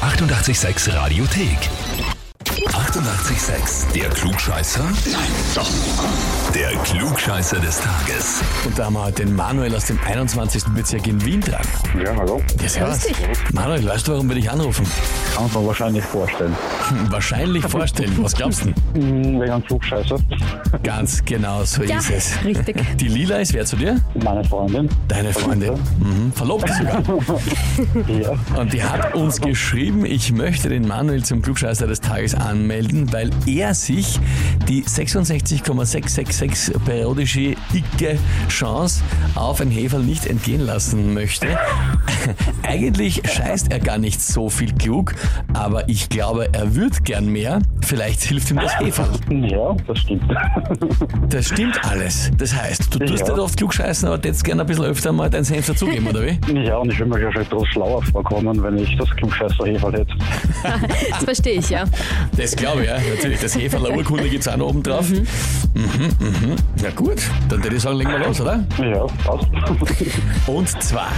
886 Radiothek. 88,6. Der Klugscheißer? Nein, doch. Der Klugscheißer des Tages. Und da haben wir heute den Manuel aus dem 21. Bezirk in Wien dran. Ja, hallo. Ja, servus. Manuel, weißt du, warum wir dich anrufen? Kann man mir wahrscheinlich vorstellen. Hm, Wahrscheinlich vorstellen. Was glaubst du? Hm, Wegen einem Flugscheißer. Ganz genau so Ja, ist es. richtig. Die Lila ist wer zu dir? Meine Freundin. Deine Freundin. Mhm, verlobt sogar. Ja. Und die hat uns geschrieben, ich möchte den Manuel zum Klugscheißer des Tages anmelden, weil er sich die 66,666 periodische dicke Chance auf ein Heferl nicht entgehen lassen möchte. Eigentlich scheißt er gar nicht so viel klug, aber ich glaube, er würde gern mehr. Vielleicht hilft ihm das Heferl. Ja, das stimmt. Das stimmt alles. Das heißt, du tust Ja. nicht oft klug scheißen, aber jetzt gerne ein bisschen öfter mal deinen Senf dazugeben, oder wie? Ja, und ich würde mich ja schon etwas schlauer vorkommen, wenn ich das Klugscheißer-Heferl hätte. Das verstehe ich, ja. Das glaube ich, ja, natürlich. Das Heferler Urkunde gibt es auch noch oben drauf. Mhm. Mhm, Na gut, dann würde ich sagen, legen wir los, oder? Ja, passt. Und zwar,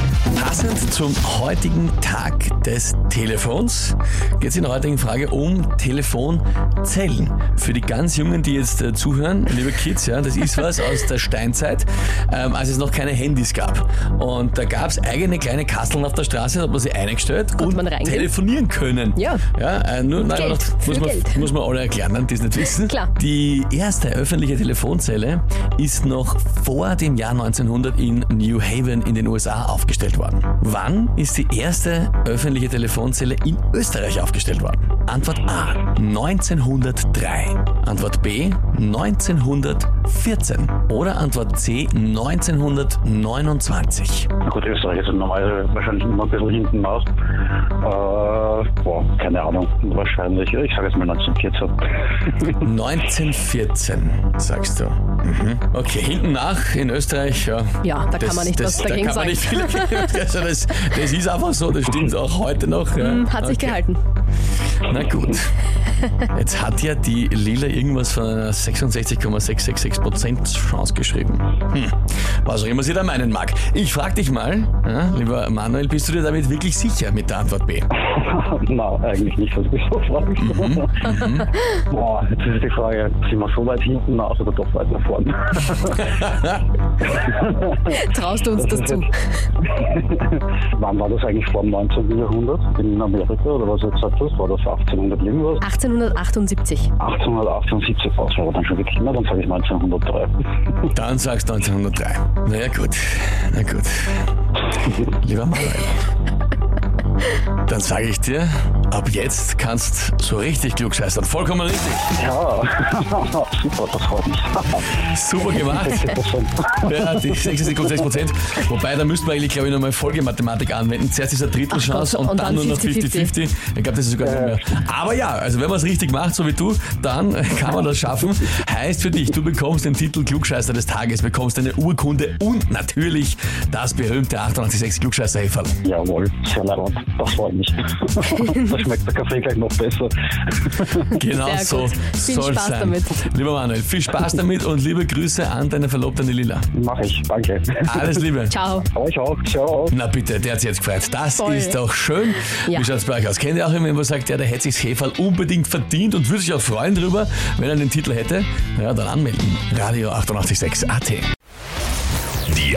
passend zum heutigen Tag des Telefons geht es in der heutigen Frage um Telefonzellen. Für die ganz Jungen, die jetzt äh, zuhören, liebe Kids, ja, das ist was aus der Steinzeit, ähm, als es noch keine Handys gab. Und da gab es eigene kleine Kasteln auf der Straße, da hat man sie eingestellt und man reingehen? telefonieren können. Ja. ja äh, nur, nein, Geld, das muss, für man, Geld. muss man alle erklären, ne, die es nicht wissen. Klar. Die erste öffentliche Telefonzelle ist noch vor dem Jahr 1900 in New Haven in den USA aufgestellt worden. Wann ist die erste öffentliche Telefonzelle in Österreich aufgestellt worden? Antwort A 1903, Antwort B 1914 oder Antwort C 1929. Na gut, Österreich ist normalerweise wahrscheinlich immer ein bisschen hinten nach. Äh, boah, keine Ahnung. Wahrscheinlich, ich sage jetzt mal 1914. 1914, sagst du. Mhm. Okay, hinten nach in Österreich, ja. Ja, da kann man nicht was dagegen da kann Man sagen. nicht viel dagegen, also das, das ist einfach so, das stimmt auch heute noch. Ja. Hm, Hat sich okay. gehalten. Na gut. Jetzt hat ja die Lila irgendwas von einer 66,666% Chance geschrieben. Hm. Was auch immer sie da meinen mag. Ich frag dich mal, ja, lieber Manuel, bist du dir damit wirklich sicher mit der Antwort B? Nein, eigentlich nicht, was ich so frage. Boah, jetzt ist die Frage, sind wir so weit hinten nach oder doch weit nach vorne? Traust du uns das zu? Wann war das eigentlich vor dem 19. Jahrhundert in Amerika oder was du gesagt hast? War das 1800 irgendwas? 1878. 1878 war es, aber dann schon wirklich immer, dann sage ich 1903. Dann sagst 1903. Na ja, gut, na gut. Lieber Manuel, dann sage ich dir, ab jetzt kannst so richtig klug scheißern. Vollkommen richtig. Ja, super, das freut mich. Super gemacht. 60%. Ja, die 66,6 Prozent. Wobei, da müssten wir eigentlich, glaube ich, nochmal Folgemathematik anwenden. Zuerst ist eine Drittelchance Ach Gott, und, und dann, dann nur noch 50-50. 50-50. Ich glaube, das ist sogar Ja, nicht mehr. Aber ja, also wenn man es richtig macht, so wie du, dann kann man das schaffen. Heißt für dich, du bekommst den Titel Klugscheißer des Tages, bekommst eine Urkunde und natürlich das berühmte 886 klugscheißer -Häferl. Jawohl, sehr leibend, das freut mich. Da schmeckt der Kaffee gleich noch besser. Genau Sehr so gut. Viel soll Spaß sein. damit. Lieber Manuel, viel Spaß damit und liebe Grüße an deine Verlobte, an die Lila. Mach ich, danke. Alles Liebe. Ciao. Euch auch, ciao. Na bitte, der hat sich jetzt gefreut. Das Voll. ist doch schön. Ja. Wie schaut's bei euch aus? Kennt ihr auch jemanden, der sagt, ja, der hätte sich Heferl unbedingt verdient und würde sich auch freuen drüber, wenn er den Titel hätte? Ja, dann anmelden. Radio 886 AT. Die